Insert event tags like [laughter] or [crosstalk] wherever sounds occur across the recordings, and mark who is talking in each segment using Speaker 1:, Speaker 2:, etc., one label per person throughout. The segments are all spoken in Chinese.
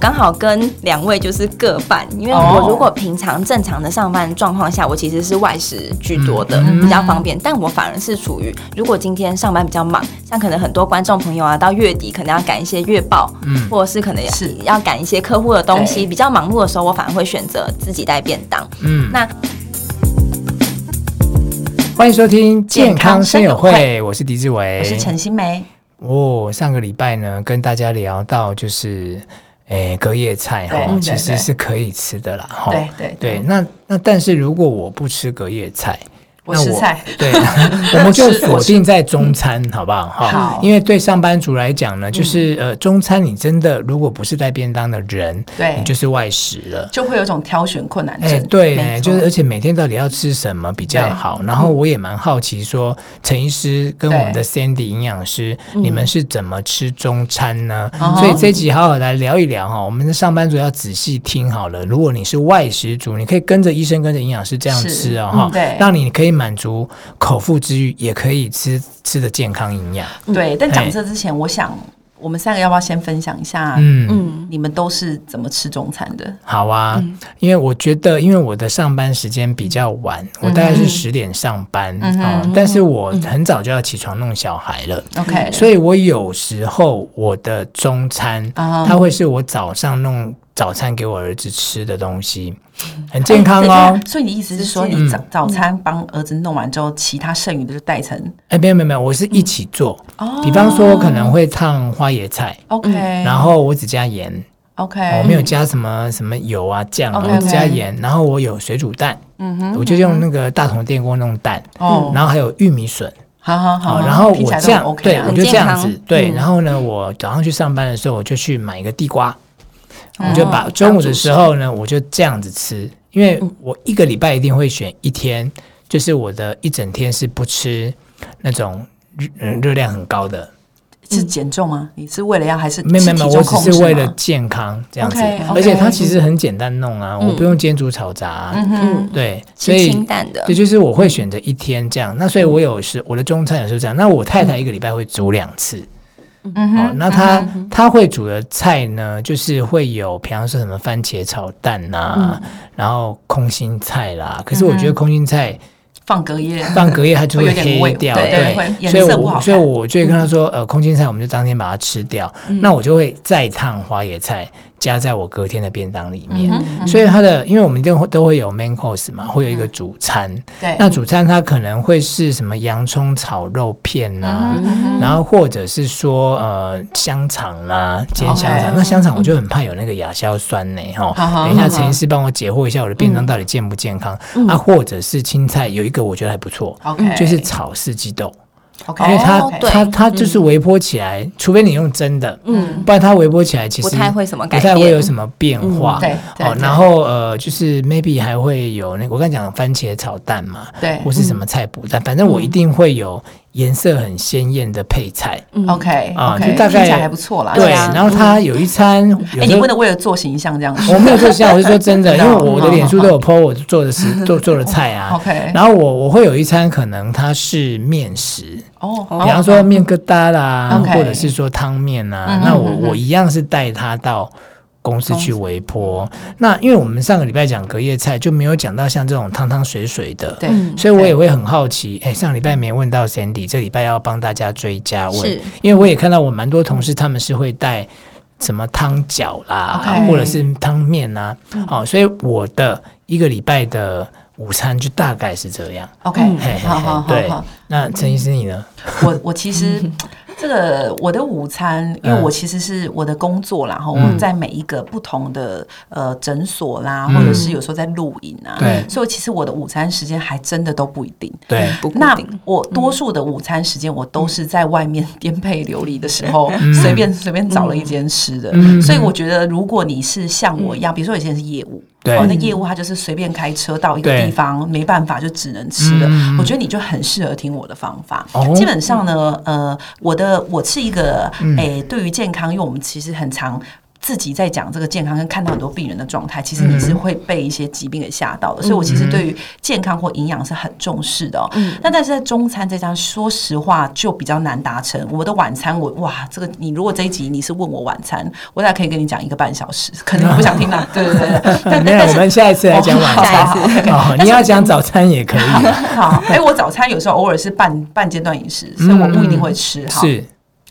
Speaker 1: 刚好跟两位就是各半，因为
Speaker 2: 哦
Speaker 1: 我如果平常正常的上班状况下，我其实是外食居多的，
Speaker 2: 嗯
Speaker 1: 比较方便。但我反而是处于，如果今天上班比较忙，像可能很多观众朋友啊，到月底可能要赶一些月报，
Speaker 3: 嗯
Speaker 1: 或者是可能
Speaker 2: 是
Speaker 1: 要赶一些客户的东西，
Speaker 2: 对
Speaker 1: 比较忙碌的时候，我反而会选择自己带便当。
Speaker 3: 嗯
Speaker 1: 那
Speaker 3: 欢迎收听健
Speaker 2: 健
Speaker 3: 康
Speaker 2: 康
Speaker 3: 生
Speaker 2: 生
Speaker 3: 友
Speaker 2: 友会
Speaker 3: 会，我是狄志伟，
Speaker 2: 我是陈心梅，
Speaker 3: 哦，上个礼拜呢，跟大家聊到就是，诶，隔夜菜
Speaker 2: 对
Speaker 3: 哈，
Speaker 2: 嗯
Speaker 3: 其
Speaker 2: 对
Speaker 3: 实
Speaker 2: 对
Speaker 3: 是可以吃的啦，哈。
Speaker 2: 对对
Speaker 3: 对，那那但是如果我不吃隔夜菜，
Speaker 2: 我
Speaker 3: 那
Speaker 2: 吃菜，
Speaker 3: 对， [laughs] 我们就
Speaker 2: 吃
Speaker 3: 锁定在
Speaker 2: [laughs]
Speaker 3: 中餐，好不好？哈
Speaker 2: 好，嗯
Speaker 3: 因为对上班族来讲呢，就是呃，中餐你真的如果不是带便当的人，
Speaker 2: 对
Speaker 3: 你就是外食了。
Speaker 2: 就会有一种挑选困难症。
Speaker 3: 哎，对
Speaker 2: 没错
Speaker 3: 呢，
Speaker 2: 嗯
Speaker 3: 就是而且每天到底要吃什么比较好？然后我也蛮好奇说，陈医师跟我们的 Sandy 营养师，你们是怎么吃中餐呢？
Speaker 2: 嗯
Speaker 3: 所以这集好好来聊一聊哈，我们的上班族要仔细听好了。如果你是外食族，你可以跟着医生跟着营养师这样
Speaker 2: 是
Speaker 3: 吃哦
Speaker 2: 嗯
Speaker 3: 哈，
Speaker 2: 对
Speaker 3: 让你可以满足口腹之欲，也可以吃吃的健康营养。
Speaker 2: 对。但讲
Speaker 3: 哎
Speaker 2: 这之前，我想我们三个要不要先分享一下，
Speaker 3: 嗯，
Speaker 1: 嗯，
Speaker 2: 你们都是怎么吃中餐的？
Speaker 3: 好啊，
Speaker 2: 嗯
Speaker 3: 因为我觉得，因为我的上班时间比较晚，我大概是十点上班
Speaker 2: 嗯哼
Speaker 3: 哦
Speaker 2: 嗯
Speaker 3: 但是我很早就要起床弄小孩了。
Speaker 2: OK，
Speaker 3: 所以我有时候我的中餐，
Speaker 2: 啊
Speaker 3: 它会是我早上弄早餐给我儿子吃的东西，
Speaker 2: 哎
Speaker 3: 很健康哦嗯
Speaker 2: 对。所以你意嗯思是说，
Speaker 1: 直接
Speaker 2: 你早早餐帮儿子弄完之后，其他剩余的就带成
Speaker 3: 哎，没有没有没有，我是一起做。
Speaker 2: 哦
Speaker 3: 比方说，我可能会烫花椰菜，
Speaker 2: OK，
Speaker 3: 嗯然后我只加盐，
Speaker 2: OK，
Speaker 3: 我哦没有加什么什么油啊酱啊，
Speaker 2: OK，
Speaker 3: 我只加
Speaker 2: OK
Speaker 3: 盐。然后我有水煮蛋，
Speaker 2: 嗯哼，
Speaker 3: 我就用那个大同电锅弄蛋，
Speaker 2: 哦，
Speaker 3: 然后还有玉米笋。
Speaker 2: 好好好
Speaker 3: 好，
Speaker 2: 好，
Speaker 3: 嗯然后
Speaker 2: 听起
Speaker 3: 我
Speaker 2: 来
Speaker 3: 这
Speaker 2: 都很
Speaker 3: 样，
Speaker 2: OK
Speaker 3: 对，
Speaker 2: 啊
Speaker 3: 我就这样子
Speaker 1: 很健康，
Speaker 3: 对。
Speaker 1: 嗯
Speaker 3: 然后呢，我早上去上班的时候，我就去买一个地瓜，
Speaker 2: 嗯
Speaker 3: 我就把中午的时候呢，我就这样子吃，因为
Speaker 2: 嗯
Speaker 3: 我一个礼拜一定会选一天，就是我的一整天是不吃那种热呃热量很高的，
Speaker 2: 是减重吗？你是为了要还是
Speaker 3: 没有没有没
Speaker 2: 体
Speaker 3: 有，
Speaker 2: 重
Speaker 3: 我只
Speaker 2: 控制
Speaker 3: 是为
Speaker 2: 吗
Speaker 3: 了健康这样子
Speaker 2: OK，OK，，
Speaker 3: 而且它其实很简单弄啊，我不用煎煮炒炸啊，
Speaker 2: 嗯哼，
Speaker 3: 对，所
Speaker 1: 吃
Speaker 3: 以
Speaker 1: 清淡的
Speaker 3: 这，就是我会选择一天这样。那所以我有时我的中餐有时候这样，那我太太一个礼拜会煮两次。
Speaker 2: 嗯
Speaker 3: 哦，
Speaker 2: 哼，
Speaker 3: 那她她会煮的菜呢，就是会有，比方说什么番茄炒蛋呐、
Speaker 2: 嗯
Speaker 3: 然后空心菜啦。可是我觉得空心菜
Speaker 2: 放隔夜， [laughs]
Speaker 3: 放隔夜它就
Speaker 2: 会有
Speaker 3: 会
Speaker 2: 点
Speaker 3: 黑
Speaker 2: 味
Speaker 3: 掉，
Speaker 2: 对
Speaker 3: 对
Speaker 2: 会，
Speaker 3: 所以
Speaker 2: 颜色不
Speaker 3: 我
Speaker 2: 好
Speaker 3: 所以
Speaker 2: 看
Speaker 3: 我就会跟她说，呃，空心菜我们就当天把它吃掉，那我就会再烫花椰菜加在我隔天的便当里面。
Speaker 2: 嗯
Speaker 3: 所以它的，因为我们都会都会有 main course 嘛，会有一个主餐，
Speaker 2: 对，
Speaker 3: 那主餐它可能会是什么洋葱炒肉片呐、啊然后或者是说呃香肠啦、煎香肠。
Speaker 2: OK
Speaker 3: 那香肠我就很怕有那个亚硝酸呢、哈。
Speaker 2: 好好
Speaker 3: 等一下
Speaker 2: 好
Speaker 3: 陈医师帮我解惑一下我的便当到底健不健康、啊？或者是青菜有一个我觉得还不错
Speaker 2: OK
Speaker 3: 就是炒四季豆。
Speaker 2: OK，
Speaker 3: 因为它、
Speaker 1: 哦对
Speaker 3: 它它就是微波起来，除非你用蒸的，嗯，不然它微波起来其实
Speaker 1: 不太会什么
Speaker 3: 不
Speaker 1: 改
Speaker 3: 太会
Speaker 1: 变
Speaker 3: 有什么变化，
Speaker 2: 嗯对对
Speaker 3: 哦，
Speaker 2: 对
Speaker 3: 然后呃，就是 maybe 还会有那个我刚才讲番茄炒蛋嘛，
Speaker 2: 对
Speaker 3: 或是什么菜脯蛋，反正
Speaker 2: 嗯
Speaker 3: 我一定会有颜色很鲜艳的配菜，
Speaker 2: OK
Speaker 3: 啊
Speaker 2: OK，
Speaker 3: 就大概
Speaker 2: 听起来还不错啦，
Speaker 3: 对，
Speaker 2: 其实
Speaker 3: 然后它有一餐，有
Speaker 2: 啊哎，
Speaker 3: 时
Speaker 2: 你
Speaker 3: 候
Speaker 2: 问的为了做形象这样子
Speaker 3: 我没有做虾，我是说
Speaker 2: [laughs]
Speaker 3: 真的，因为我的
Speaker 2: 嗯
Speaker 3: 脸书都有 po 我做的食做做的菜啊
Speaker 2: [laughs] OK
Speaker 3: 然后我我会有一餐可能它是面食，
Speaker 2: 哦，
Speaker 3: 比方
Speaker 2: 哦
Speaker 3: 说面疙瘩啦，
Speaker 2: OK
Speaker 3: 或者是说汤面啊
Speaker 2: 嗯，
Speaker 3: 那
Speaker 2: 嗯
Speaker 3: 我我一样是带他到公司去微波。那因为我们上个礼拜讲隔夜菜，就没有讲到像这种汤汤水水的，
Speaker 2: 对，
Speaker 3: 所以我也会很好奇。哎，上礼拜没问到 Sandy，这礼拜要帮大家追加问
Speaker 1: 是，
Speaker 3: 因为我也看到我蛮多同事他们是会带。什么汤饺啦
Speaker 2: OK 嗯
Speaker 3: 或者是汤面啦、哦，所以我的一个礼拜的午餐就大概是这样。
Speaker 2: OK，
Speaker 3: 嘿嘿
Speaker 2: 嗯好好
Speaker 3: 嘿，
Speaker 2: 好
Speaker 3: 嗯对嗯
Speaker 2: 好。。
Speaker 3: 那陈医师你呢？
Speaker 2: 我我其实 [laughs] 这个我的午餐，因为我其实是我的工作啦，哈、
Speaker 3: 嗯
Speaker 2: 我在每一个不同的呃诊所啦，
Speaker 3: 嗯
Speaker 2: 或者是有时候在录影啊，
Speaker 3: 对
Speaker 2: 所以其实我的午餐时间还真的都不一定。
Speaker 3: 对，
Speaker 1: 嗯不固
Speaker 2: 那
Speaker 1: 定。
Speaker 2: 我多数的午餐时间，我都是在外面颠沛流离的时候，随
Speaker 1: 嗯
Speaker 2: 便随便找了一间吃的。
Speaker 3: 嗯
Speaker 2: 所以我觉得，如果你是像我一
Speaker 1: 嗯
Speaker 2: 样，比如说有些人是业务，
Speaker 3: 对
Speaker 2: 哦那业务他就是随便开车到一个
Speaker 3: 对
Speaker 2: 地方，没办法就只能吃的
Speaker 3: 嗯嗯嗯。
Speaker 2: 我觉得你就很适合听我的方法
Speaker 3: 哦。
Speaker 2: 基本
Speaker 3: 嗯
Speaker 2: 上呢，呃，我的我是一诶，对于健康，因为我们其实很常。自己在讲这个健康，跟看到很多病人的状态，其实
Speaker 3: 嗯
Speaker 2: 你是会被一些疾病给吓到的。所以我其实对于健康或营养是很重视的、哦。
Speaker 3: 嗯
Speaker 2: 那但是在中餐这张，说实话就比较难达成。我的晚餐我，哇，这个你如果这一集你是问我晚餐，我大概可以跟你讲一个半小时，可能你不想
Speaker 3: [laughs]
Speaker 2: 听了。对对对，对但 [laughs]
Speaker 3: 没有，
Speaker 2: 但
Speaker 3: 我
Speaker 2: 是
Speaker 3: 们下一次来讲晚
Speaker 1: 下一
Speaker 3: 餐。
Speaker 1: 次
Speaker 2: [laughs]
Speaker 3: 哦，你要讲早餐也可以， [laughs]
Speaker 2: 好，哎、我早餐有时候偶尔是半半间断饮食，所以我不一定会吃。哈。
Speaker 3: 嗯是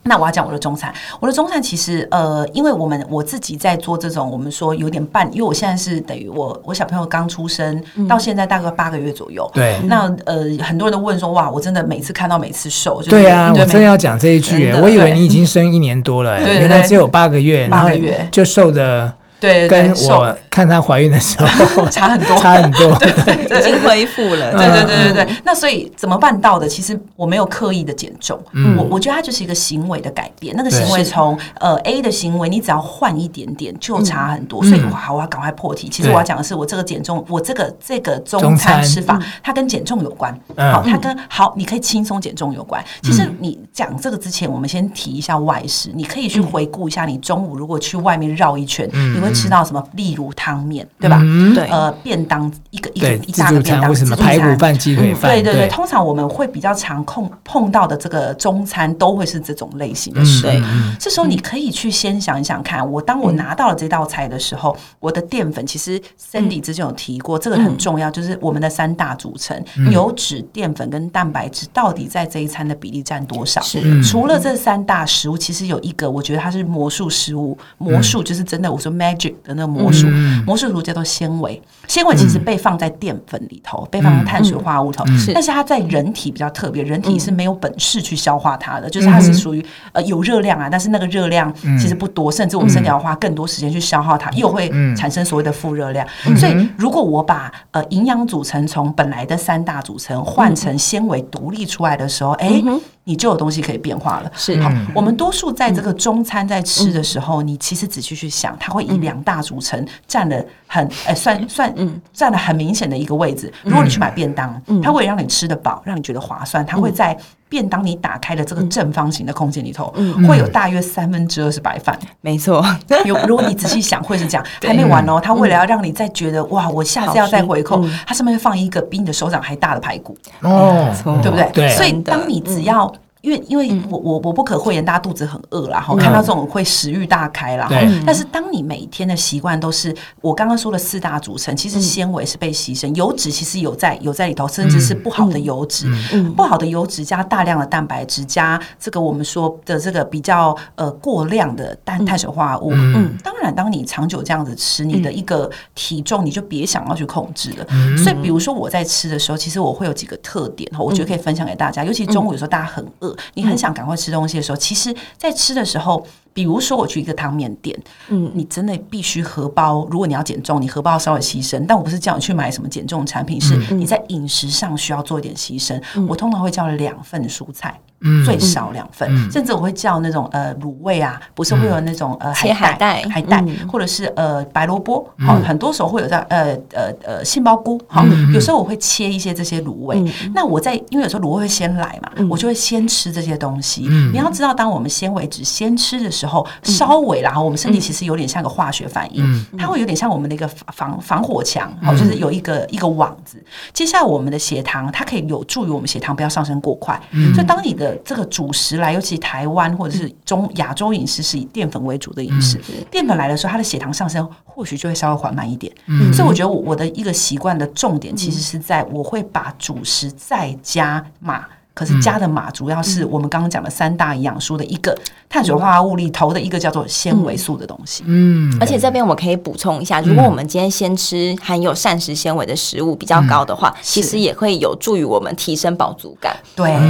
Speaker 2: 那我要讲我的中餐，我的中餐其实呃，因为我们我自己在做这种，我们说有点半，因为我现在是等于我我小朋友刚出生、到现在大概八个月左右。
Speaker 3: 嗯对
Speaker 2: 那呃，很多人都问说，哇，我真的每次看到每次瘦，就是
Speaker 3: 对啊，
Speaker 2: 一堆
Speaker 3: 我
Speaker 2: 美
Speaker 3: 真要讲这一句
Speaker 2: 嗯
Speaker 3: 耶，
Speaker 2: 真的
Speaker 3: 我以为你已经生一年多了耶，
Speaker 2: 对对
Speaker 3: 原来
Speaker 2: 对
Speaker 3: 只有八个月，
Speaker 2: 八个
Speaker 3: 然后
Speaker 2: 月
Speaker 3: 就瘦的
Speaker 2: 对对
Speaker 3: 跟
Speaker 2: 对瘦
Speaker 3: 我看她怀孕的时
Speaker 2: [laughs]
Speaker 3: 候
Speaker 2: 差很多，
Speaker 3: [laughs] 差很多。
Speaker 2: [laughs]
Speaker 1: 已经恢复
Speaker 3: 嗯
Speaker 1: 了。
Speaker 2: 对对对对对。那所以怎么办到的？其实我没有刻意的减重，
Speaker 3: 嗯
Speaker 2: 我我觉得它就是一个行为的改变。那个行为
Speaker 1: 是
Speaker 2: 从呃 A 的行为，你只要换一点点就差很多。所以哇，我要赶快破题。其实
Speaker 3: 嗯对
Speaker 2: 我要讲的是，我这个减重，我这个这个
Speaker 3: 中
Speaker 2: 中
Speaker 3: 餐
Speaker 2: 餐吃法，它跟减重有关。
Speaker 3: 嗯
Speaker 2: 好，它跟好，你可以轻松减重有关。其实你讲这个之前，我们先提一下外食，你可以
Speaker 3: 嗯
Speaker 2: 去回顾一下，你中午如果去外面绕一圈，你会吃到什么？例如汤面，对吧？
Speaker 3: 嗯
Speaker 1: 对
Speaker 2: 呃，便当一个一个
Speaker 3: 对，
Speaker 2: 一
Speaker 3: 自
Speaker 2: 大个
Speaker 3: 助
Speaker 2: 便
Speaker 3: 餐
Speaker 2: 当，
Speaker 3: 为什么
Speaker 2: 自助
Speaker 3: 排骨
Speaker 2: 餐嗯
Speaker 3: 饭、鸡腿饭？
Speaker 2: 对对对，通常我们会比较常碰碰到的这个中餐都会是这种类型
Speaker 3: 嗯
Speaker 2: 的食物。
Speaker 1: 对
Speaker 2: 这时候你可以去先想一想看，我当我拿到了这道菜的时候，我的淀粉其实 Sandy 之前有提过，这个
Speaker 3: 嗯
Speaker 2: 很重要，就是我们的三大组成：油脂、淀粉跟蛋白质到底在这一餐的比例占多少？
Speaker 1: 是
Speaker 2: 除了这三大食物，其实有一个我觉得它是魔术食物，魔术就是真的，我说 magic 的那个魔术，魔术食物叫做纤维，纤维其实被放在淀粉里头，被放在碳水化合物头，
Speaker 1: 是
Speaker 2: 但是它在人体比较特别，人体是没有本事去消化它的，就是它是属于呃有热量啊，但是那个热量其实不多，甚至我们身体要花更多时间去消耗它，又会产生所谓的负热量。所以如果我把呃营养组成从本来的三大组成换成纤维独立出来的时候，哎，你就有东西可以变化了。
Speaker 1: 是
Speaker 2: 好，我们多数在这个中餐在吃的时候，你其实仔细去想，它会以两大组成占了很，呃，算算占了很明显的一个位置。如果你去买便当，它会让你吃得饱，让你觉得划算，它会在。便当你打开的这个正方形的空间里头，会有大约三分之二是白饭。
Speaker 1: 没错，
Speaker 2: 有，如果你仔细想，会是这样。还没完哦，它为了要让你再觉得哇，我下次要再回扣，它上面会放一个比你的手掌还大的排骨。
Speaker 3: 哦
Speaker 1: 从，
Speaker 2: 哎对不对？
Speaker 3: 对，
Speaker 2: 所以
Speaker 1: 真的
Speaker 2: 当你只要。因为因为我我我不可讳言，大家肚子很饿啦，哈、看到这种会食欲大开啦。
Speaker 3: 嗯对
Speaker 2: 哈但是当你每天的习惯都是我刚刚说的四大组成，其实纤维是被牺牲，油脂其实有在有在里头，甚至是不好的油脂，不好的油脂加大量的蛋白质，加这个我们说的这个比较呃过量的碳碳水化合物。嗯，当然，当你长久这样子吃，你的一个体重你就别想要去控制了。所以，比如说我在吃的时候，其实我会有几个特点哦哈，我觉得可以分享给大家。尤其中午有时候大家很饿，你很想赶快吃东西的时候，其实，在吃的时候。比如说，我去一个汤面店，嗯，你真的必须荷包。如果你要减重，你荷包要稍微牺牲。但我不是叫你去买什么减重产品，是你在饮食上需要做一点牺牲。我通常会叫两份蔬菜，
Speaker 1: 嗯
Speaker 2: 最少两份，甚至我会叫那种呃卤味啊，不是会有那种呃
Speaker 1: 切海带
Speaker 2: 海带
Speaker 1: 嗯，
Speaker 2: 或者是呃白萝卜，好、很多时候会有这样呃呃呃杏鲍菇，好、
Speaker 1: 嗯
Speaker 2: 有时候我会切一些这些卤味。那我在因为有时候卤味会先来嘛，
Speaker 1: 嗯
Speaker 2: 我就会先吃这些东西。你要知道，当我们纤维质先吃的时候，
Speaker 1: 嗯
Speaker 2: 稍微然后我们身体其实有点像个化学反应，它会有点像我们的一个防防火墙，好、
Speaker 1: 嗯
Speaker 2: 就是有一个一个网子。接下来我们的血糖，它可以有助于我们血糖不要上升过快。
Speaker 3: 嗯
Speaker 2: 所以当你的这个主食来，尤其台湾或者是中亚洲饮食是以淀粉为主的饮
Speaker 3: 嗯
Speaker 2: 食，淀粉来的时候，它的血糖上升或许就会稍微缓慢一点。
Speaker 3: 嗯
Speaker 2: 所以我觉得我我的一个习惯的重点其实是在我会把主食再加码。可是
Speaker 3: 嗯
Speaker 2: 加的码主要是我们刚刚讲的三大营养素的一个碳水化合物里头的一个叫做纤维素的东西。
Speaker 3: 嗯
Speaker 1: 而且这边我可以补充一下，如果我们今天先吃含有膳食纤维的食物比较高的话，其实也会有助于我们提升饱足感。
Speaker 3: 嗯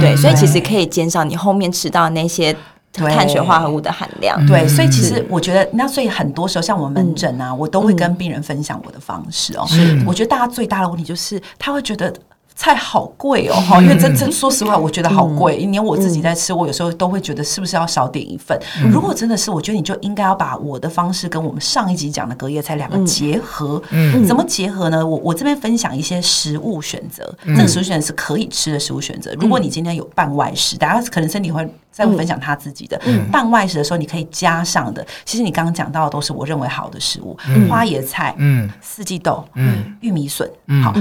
Speaker 2: 对
Speaker 1: 对，所以其
Speaker 2: 哎
Speaker 1: 实可以减少你后面吃到那些
Speaker 2: 对
Speaker 1: 碳水化合物的含量。
Speaker 2: 对，所以其实我觉得，那所以很多时候像我门诊啊，我都会跟病人分享我的方式哦。我觉得大家最大的问题就是，他会觉得。菜好贵哦，哈，因为真真说实话，我觉得好贵，连我自己在吃，我有时候都会觉得是不是要少点一份。如果真的是，我觉得你就应该要把我的方式跟我们嗯上一集讲的隔夜菜两个结合。嗯，怎么结合呢？我我这边分享一些食物选择，
Speaker 3: 嗯
Speaker 2: 这个食物选择是可以吃的食物选择。如果你今天有办外食，大家可能身体会再
Speaker 3: 嗯
Speaker 2: 会分享他自己的办外食的时候，你可以加上的。其实你刚刚讲到的都是我认为好的食物，花椰菜、
Speaker 3: 嗯
Speaker 2: 四季豆、
Speaker 3: 嗯
Speaker 2: 玉米笋，
Speaker 3: 嗯
Speaker 2: 好。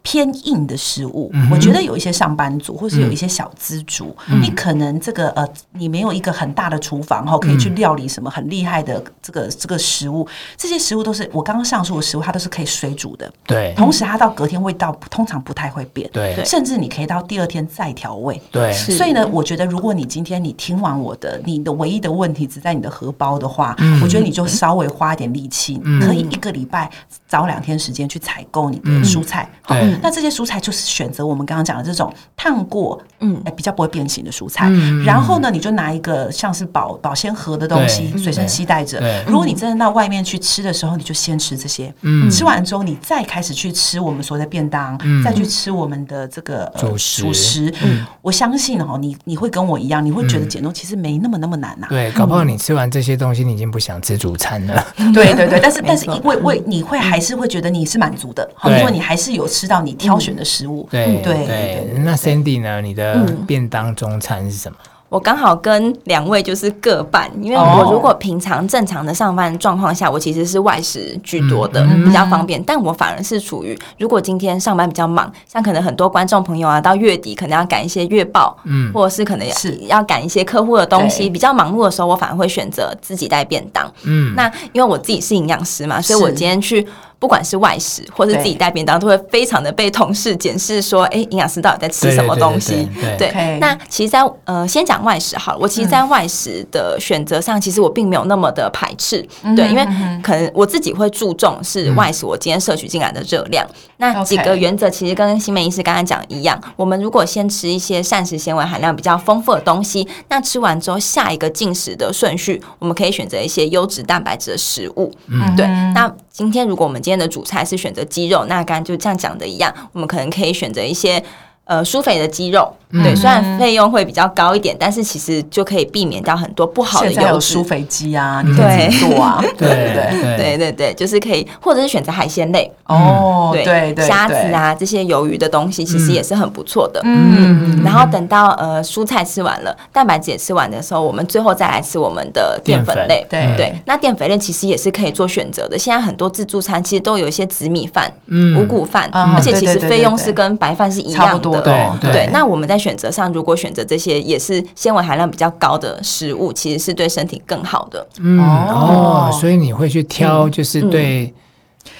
Speaker 2: 偏硬的食物，我觉得有一些上班族，或是有一些小资族，你可能这个呃，你没有一个很大的厨房哈，可以去料理什么很厉害的这个这个食物，这些食物都是我刚刚上述的食物，它都是可以水煮的，
Speaker 3: 对
Speaker 2: 同时它到隔天味道通常不太会变，
Speaker 3: 嗯对
Speaker 2: 甚至你可以到第二天再调味。
Speaker 3: 对，
Speaker 1: 是
Speaker 2: 所以呢，我觉得如果你今天你听完我的，你的唯一的问题只在你的荷包的话，我觉得你就稍微花一点力气，可以一个礼拜找两天时间去采购你的蔬菜。好
Speaker 3: 对，
Speaker 2: 那这些蔬菜就是选择我们刚刚讲的这种烫过，嗯，比较不会变形的蔬菜。
Speaker 3: 嗯
Speaker 2: 然后呢，你就拿一个像是保保鲜盒的东西
Speaker 3: 对
Speaker 2: 随身
Speaker 3: 对
Speaker 2: 携带着
Speaker 3: 对。
Speaker 2: 如果你真的到外面去吃的时候，你就先吃这些，
Speaker 3: 嗯
Speaker 2: 吃完之后你再开始去吃我们所谓的便当，
Speaker 3: 嗯
Speaker 2: 再去吃我们的这个呃
Speaker 3: 主食嗯
Speaker 2: 主食食，我相信哦，你你会跟我一样，你会觉得减重其实没那么那么难呐、
Speaker 3: 对，搞不
Speaker 2: 嗯
Speaker 3: 好你吃完这些东西，你已经不想吃主餐了。
Speaker 2: [laughs] 对对对，但是
Speaker 1: 没
Speaker 2: 但是
Speaker 1: 错
Speaker 2: 因为为你会还是会觉得你是满足的，好，
Speaker 3: 嗯对
Speaker 2: 因为你还是有吃到你挑选的食物。
Speaker 3: 对
Speaker 2: 对嗯
Speaker 3: 对，那 Sandy 呢？你的便当中餐是什么？
Speaker 1: 我刚好跟两位就是各半，因为
Speaker 2: 哦
Speaker 1: 我如果平常正常的上班状况下，我其实是外食居多的，
Speaker 3: 嗯
Speaker 1: 比较方便。但我反而是处于，如果今天上班比较忙，像可能很多观众朋友啊，到月底可能要赶一些月报，
Speaker 3: 嗯
Speaker 1: 或者是可能要
Speaker 2: 是
Speaker 1: 要赶一些客户的东西，
Speaker 2: 对
Speaker 1: 比较忙碌的时候，我反而会选择自己带便当。
Speaker 3: 嗯，
Speaker 1: 那因为我自己是营养师嘛，所以我
Speaker 2: 是
Speaker 1: 今天去。不管是外食或是自己
Speaker 2: 对
Speaker 1: 带便当，都会非常的被同事检视，说：“哎、营养师到底在吃
Speaker 3: 对
Speaker 1: 什么
Speaker 3: 对对
Speaker 1: 东西？”
Speaker 3: 对
Speaker 1: 对
Speaker 2: OK
Speaker 1: 那其实在，呃，先讲外食好了。我其实，在外食的选择上，其实我并没有那么的排斥，对，因为可能我自己会注重是外食我今天摄取进来的热量。那
Speaker 2: OK
Speaker 1: 几个原则其实跟新梅医师刚刚讲一样，我们如果先吃一些膳食纤维含量比较丰富的东西，那吃完之后，下一个进食的顺序，我们可以选择一些优质蛋白质的食物。
Speaker 2: 嗯
Speaker 1: 对，那今天如果我们今天的主菜是选择鸡肉，那刚刚就这样讲的一样，我们可能可以选择一些呃酥肥的鸡肉，
Speaker 2: 嗯
Speaker 1: 对，虽然费用会比较高一点，但是其实就可以避免掉很多不好的
Speaker 2: 现在有
Speaker 1: 油脂
Speaker 2: 酥。肥鸡啊，你可以自己做 [laughs] 啊，对不对？
Speaker 3: 对
Speaker 1: 对对对，就是可以，或者是选择海鲜类，
Speaker 2: 哦，对对，
Speaker 1: 虾子
Speaker 2: 对，
Speaker 1: 啊这些鱿鱼的东西，其实也是很不错的。
Speaker 2: 嗯，
Speaker 1: 然后等到呃蔬菜吃完了，蛋白质也吃完的时候，我们最后再来吃我们的淀粉类。
Speaker 2: 淀粉对
Speaker 1: 对，那淀粉类其实也是可以做选择的。现在很多自助餐其实都有一些紫米饭、
Speaker 3: 嗯
Speaker 1: 五谷饭，
Speaker 2: 啊
Speaker 1: 而且其实
Speaker 2: 对对对
Speaker 1: 费用
Speaker 2: 对
Speaker 1: 是跟白饭是一
Speaker 2: 差不
Speaker 1: 样
Speaker 2: 多
Speaker 1: 的。
Speaker 2: 的哦，
Speaker 3: 对
Speaker 1: 对，那我们在选择上，如果选择这些也是纤维含量比较高的食物，其实是对身体更好的。
Speaker 3: 嗯哦
Speaker 2: 哦，嗯
Speaker 3: 所以你会去挑，就是对，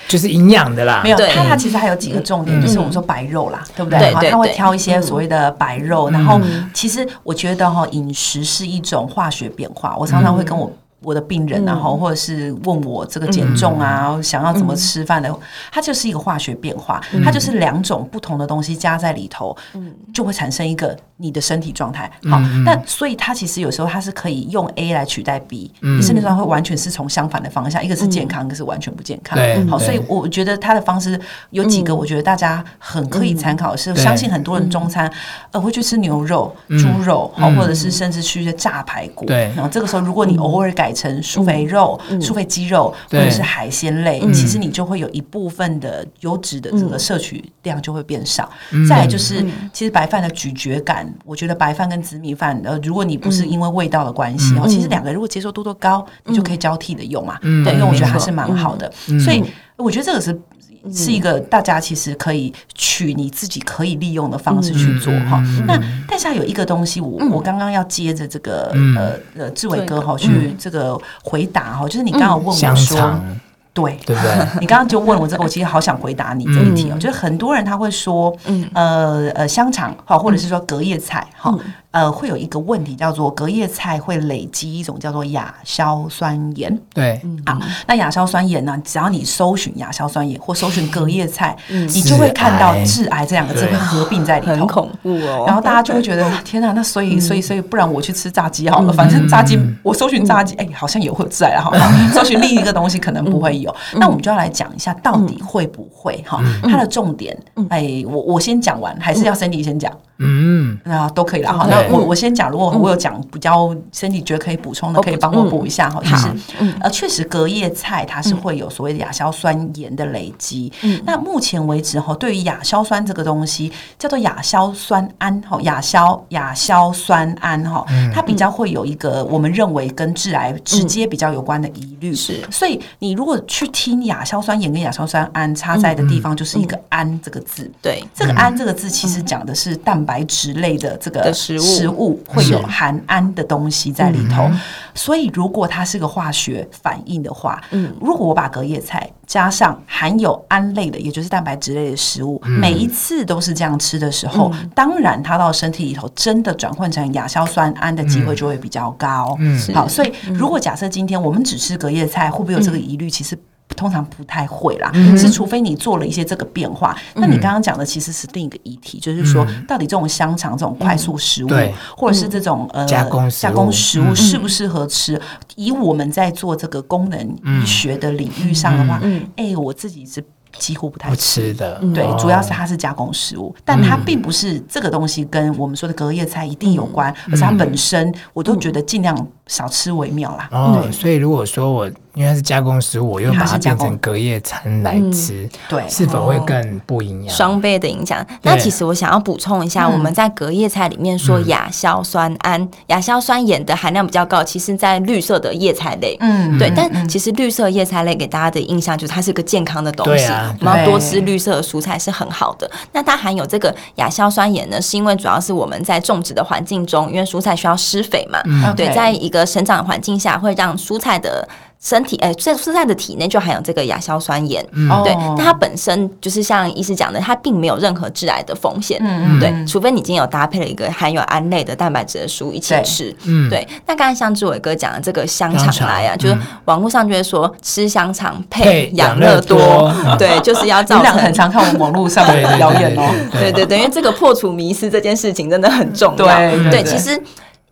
Speaker 3: 就是营养的啦。
Speaker 2: 没有，
Speaker 1: 对嗯
Speaker 2: 它它其实还有几个重点，就是我们说白肉啦，对不对？
Speaker 1: 对
Speaker 2: 好，
Speaker 1: 对
Speaker 2: 它会
Speaker 1: 对嗯
Speaker 2: 挑一些所谓的白肉，然后其实我觉得哈，饮食是一种化学变化，我常常会跟
Speaker 1: 嗯
Speaker 2: 我。我的病人啊，然后或者是问我这个减重啊，
Speaker 1: 嗯
Speaker 2: 想要怎么吃饭的，它就是一个化学变化，它就是两种不同的东西加在里头，
Speaker 1: 嗯
Speaker 2: 就会产生一个你的身体状态。好，那所以它其实有时候它是可以用 A 来取代 B，你
Speaker 1: 嗯
Speaker 2: 身体状态会完全是从相反的方向，一个是健康，一个是完全不健康
Speaker 3: 对。
Speaker 2: 好，
Speaker 3: 对嗯
Speaker 2: 所以我觉得他的方式有几个，我觉得大家很可以参考的是，
Speaker 3: 对
Speaker 2: 相信很多人中餐呃会去吃牛肉、猪肉，好，或者是甚至去一些炸排骨。
Speaker 3: 嗯对嗯
Speaker 2: 然后这个时候如果你偶尔改成酥肥肉、酥肥鸡肉或
Speaker 3: 对嗯
Speaker 2: 者是海鲜类，其实你就会有一部分的油脂的这个摄取量就会变少。
Speaker 3: 嗯
Speaker 2: 再来就是，其实白饭的咀嚼感，我觉得白饭跟紫米饭，呃，如果你不是
Speaker 3: 嗯
Speaker 2: 因为味道的关系，哦，其实两个如果接受度都高，你就可以交替的用嘛。啊
Speaker 3: 嗯
Speaker 2: 对，因为我觉得还
Speaker 1: 没错
Speaker 2: 是蛮好的，所以我觉得这个是。是一个大家其实可以取你自己可以利用的方
Speaker 3: 嗯
Speaker 2: 式去做哈。那但是还有一个东西，我我刚刚要接着这个
Speaker 3: 嗯
Speaker 2: 呃呃志伟哥哈去这个回答哈，就是你刚刚有问
Speaker 3: 嗯香
Speaker 2: 我说
Speaker 3: 肠，，
Speaker 2: 对，
Speaker 3: 对不嗯对？
Speaker 2: 你刚刚就问我这个，我其实好想回答你这一题哦，就是很多人他会说，呃呃，香肠哈，或者是说隔夜菜哈，呃，会有一个问题叫做隔夜菜会累积一种叫做亚硝酸盐。
Speaker 3: 对，
Speaker 1: 嗯
Speaker 2: 啊，那亚硝酸盐呢？只要你搜寻亚硝酸盐或搜寻隔夜菜，你
Speaker 3: 致
Speaker 2: 就会看到“
Speaker 3: 癌
Speaker 2: 致癌”这两个字
Speaker 3: 对
Speaker 2: 会合并在里头，
Speaker 1: 嗯很恐怖嗯哦。
Speaker 2: 然后大家就会觉得天啊哪，那所以所以所以，不然我去吃
Speaker 1: 嗯嗯
Speaker 2: [laughs] 炸鸡好了，反正炸鸡我搜寻炸鸡，哎，好像也会有致癌哈。搜寻另一个东西可能不会有，有。那我们就要来讲一下，到底
Speaker 1: 嗯
Speaker 2: 会不会哈？它的重点，哎，我我先讲完，还是要 Cindy 先讲？
Speaker 3: 嗯，
Speaker 2: 那都可以啦。好，
Speaker 3: 嗯
Speaker 2: 那
Speaker 3: 对
Speaker 2: 我我先讲，如果我有讲比较身体觉得可以补充的，
Speaker 1: 哦
Speaker 2: 可以
Speaker 1: 补
Speaker 2: 帮我
Speaker 1: 嗯
Speaker 2: 补一下哈。就
Speaker 1: 好嗯
Speaker 2: 是呃，确实隔夜菜它是会有所谓的亚硝酸盐的累积。
Speaker 1: 嗯
Speaker 2: 那目前为止哈，对于亚硝酸这个东西，叫做亚硝酸胺哈，亚硝亚硝酸胺哈，
Speaker 1: 嗯
Speaker 2: 它比较会有一个我们认为跟致癌直接比较有关的疑虑。
Speaker 1: 嗯是
Speaker 2: 所以你如果去听亚硝酸盐跟亚硝酸胺差在的
Speaker 1: 嗯
Speaker 2: 地方，就是一个“胺”这个字。
Speaker 1: 对，
Speaker 2: 这
Speaker 3: 嗯
Speaker 2: 个氨这个字其实讲的是蛋白质类的这个
Speaker 1: 的食物
Speaker 2: 会有
Speaker 3: 是嗯
Speaker 2: 含氨的东西在里头，所以如果它是个化学反应的话，嗯，如果我把隔夜菜加上含有氨类的，也就是蛋白质类的食物，
Speaker 3: 嗯
Speaker 2: 每一次都是这样吃的时候，
Speaker 1: 嗯
Speaker 2: 当然它到身体里头真的转换成亚硝酸胺的机会就会比较高。
Speaker 3: 嗯
Speaker 2: 好，所以如果假设今天我们只吃隔夜菜，会不会有这个疑虑？其实。通常不太会啦，
Speaker 3: 嗯
Speaker 2: 是除非你做了一些这个变化。那你刚刚讲的其实是另一个议题，就是说，到底这种香肠、这种快速食物
Speaker 3: 对，嗯
Speaker 2: 或者是这种呃
Speaker 3: 加工食物
Speaker 2: 加工食物
Speaker 3: 嗯
Speaker 2: 适不适合吃？以我们在做这个功能医学的领域上的话，哎，我自己是几乎不太
Speaker 3: 嗯不吃的，
Speaker 2: 对
Speaker 3: 哦，嗯
Speaker 2: 主要是它是加工食物，但它并不是这个东西跟我们说的隔夜菜一定有关，而是它本身，我都觉得尽量少吃为妙啦。
Speaker 3: 嗯哦，所以如果说我因为它是加工食物，我又把
Speaker 2: 它
Speaker 3: 它
Speaker 2: 是加
Speaker 3: 变
Speaker 2: 工
Speaker 3: 成隔夜餐来吃，
Speaker 2: 对，
Speaker 3: 是否会更不营养？
Speaker 1: 双倍的影响。那其实我想要补充一下，
Speaker 2: 嗯
Speaker 1: 我们在隔夜菜里面说亚硝酸胺、亚硝酸盐的含量比较高，其实在绿色的叶菜类。
Speaker 2: 嗯
Speaker 1: 对，但其实绿色叶菜类给大家的印象就是它是个健康的东西，
Speaker 3: 对啊
Speaker 1: 我们要
Speaker 2: 对
Speaker 1: 多吃绿色的蔬菜是很好的。那它含有这个亚硝酸盐呢，是因为主要是我们在种植的环境中，因为蔬菜需要施肥嘛，对，
Speaker 2: 嗯 OK
Speaker 1: 在一个生长环境下会让蔬菜的。身体哎，在蔬菜的体内就含有这个亚硝酸盐，
Speaker 2: 哦
Speaker 1: 对，那它本身就是像医师讲的，它并没有任何致癌的风险。
Speaker 2: 嗯
Speaker 1: 对，除非你已经有搭配了一个含有胺类的蛋白质的食物一起
Speaker 2: 对
Speaker 1: 吃。
Speaker 3: 嗯，
Speaker 1: 对，那刚才像志伟哥讲的这个香
Speaker 3: 香
Speaker 1: 肠
Speaker 3: 肠
Speaker 1: 来啊，就是网络上就会说吃香肠
Speaker 3: 配
Speaker 1: 配养
Speaker 3: 养乐
Speaker 1: 乐多
Speaker 3: 多，
Speaker 1: 对，就是要
Speaker 2: 你们
Speaker 1: 造
Speaker 2: 俩很
Speaker 1: 成。
Speaker 2: 常看我们网络上
Speaker 3: 对
Speaker 2: 的
Speaker 3: 对
Speaker 2: 谣言哦。
Speaker 1: 对对对，因为这个破除迷思这件事情真的很重要。
Speaker 2: 对对对
Speaker 1: 其实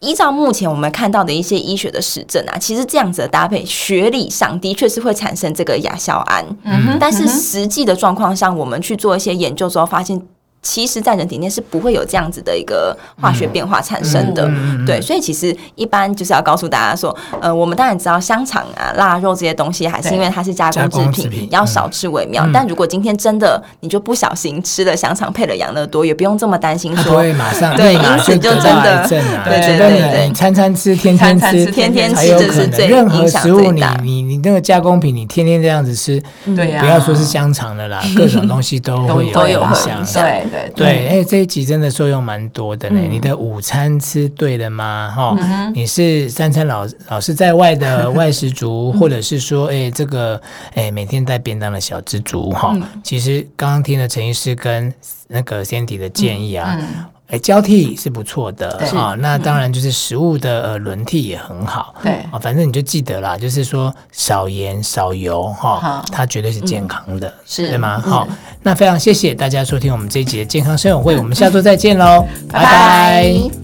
Speaker 1: 依照目前我们看到的一些医学的实证啊，其实这样子的搭配，学理上的确是会产生这个亚硝胺，
Speaker 2: 嗯
Speaker 1: 但是实际的状况上，我们去做一些研究之后发现。其实，在人体内是不会有这样子的一个化学变化产生的，对，所以其实一般就是要告诉大家说，呃，我们当然知道香肠啊、腊肉这些东西，还是因为它是加
Speaker 3: 加工
Speaker 1: 工
Speaker 3: 制
Speaker 1: 制品，
Speaker 3: 品
Speaker 1: 要少吃为
Speaker 3: 嗯
Speaker 1: 妙。但如果今天真的你就不小心吃了香肠配了养乐多，也不用这么担心
Speaker 3: 它不
Speaker 1: 说
Speaker 3: 会马上
Speaker 1: 对
Speaker 3: 立马
Speaker 1: 因此就
Speaker 3: 得
Speaker 1: 真
Speaker 3: 到
Speaker 1: 的
Speaker 3: 癌症啊，
Speaker 1: 对
Speaker 2: 对对
Speaker 3: 除非你
Speaker 1: 对
Speaker 3: 你餐餐吃，天
Speaker 2: 餐
Speaker 3: 天
Speaker 2: 餐
Speaker 3: 吃
Speaker 2: 吃，
Speaker 1: 天天
Speaker 3: 才
Speaker 1: 吃
Speaker 3: 有
Speaker 1: 这
Speaker 3: 可
Speaker 1: 是
Speaker 3: 能。
Speaker 1: 最
Speaker 3: 任何
Speaker 1: 影响
Speaker 3: 食物
Speaker 1: 最
Speaker 3: 你
Speaker 1: 大。
Speaker 3: 你你那个加工品，你天天这样子吃，
Speaker 2: 对呀，
Speaker 3: 不要说是香肠了啦，各种东西都会
Speaker 1: 都有
Speaker 3: 影
Speaker 1: 影
Speaker 3: 响。
Speaker 1: 响
Speaker 2: 对对
Speaker 3: 对，哎、这一集真的作用蛮多的呢。你的午餐吃对了吗？哈、你是三餐老老是在外的外食族，或者是说，哎、这个，哎、每天带便当的小知足哈。其实刚刚听了陈医师跟那个 Sandy 的建议啊。哎，交替是不错的
Speaker 2: 对
Speaker 3: 啊、那当然就是食物的呃轮替也很好。
Speaker 2: 对
Speaker 3: 啊、反正你就记得啦，就是说少盐少油哈、
Speaker 2: 好嗯
Speaker 3: 它绝对是健康的，
Speaker 1: 是
Speaker 3: 对吗？好、那非常谢谢大家收听我们这一集的健康生活会，我们下周再见喽，
Speaker 2: 拜
Speaker 3: 拜拜
Speaker 1: 拜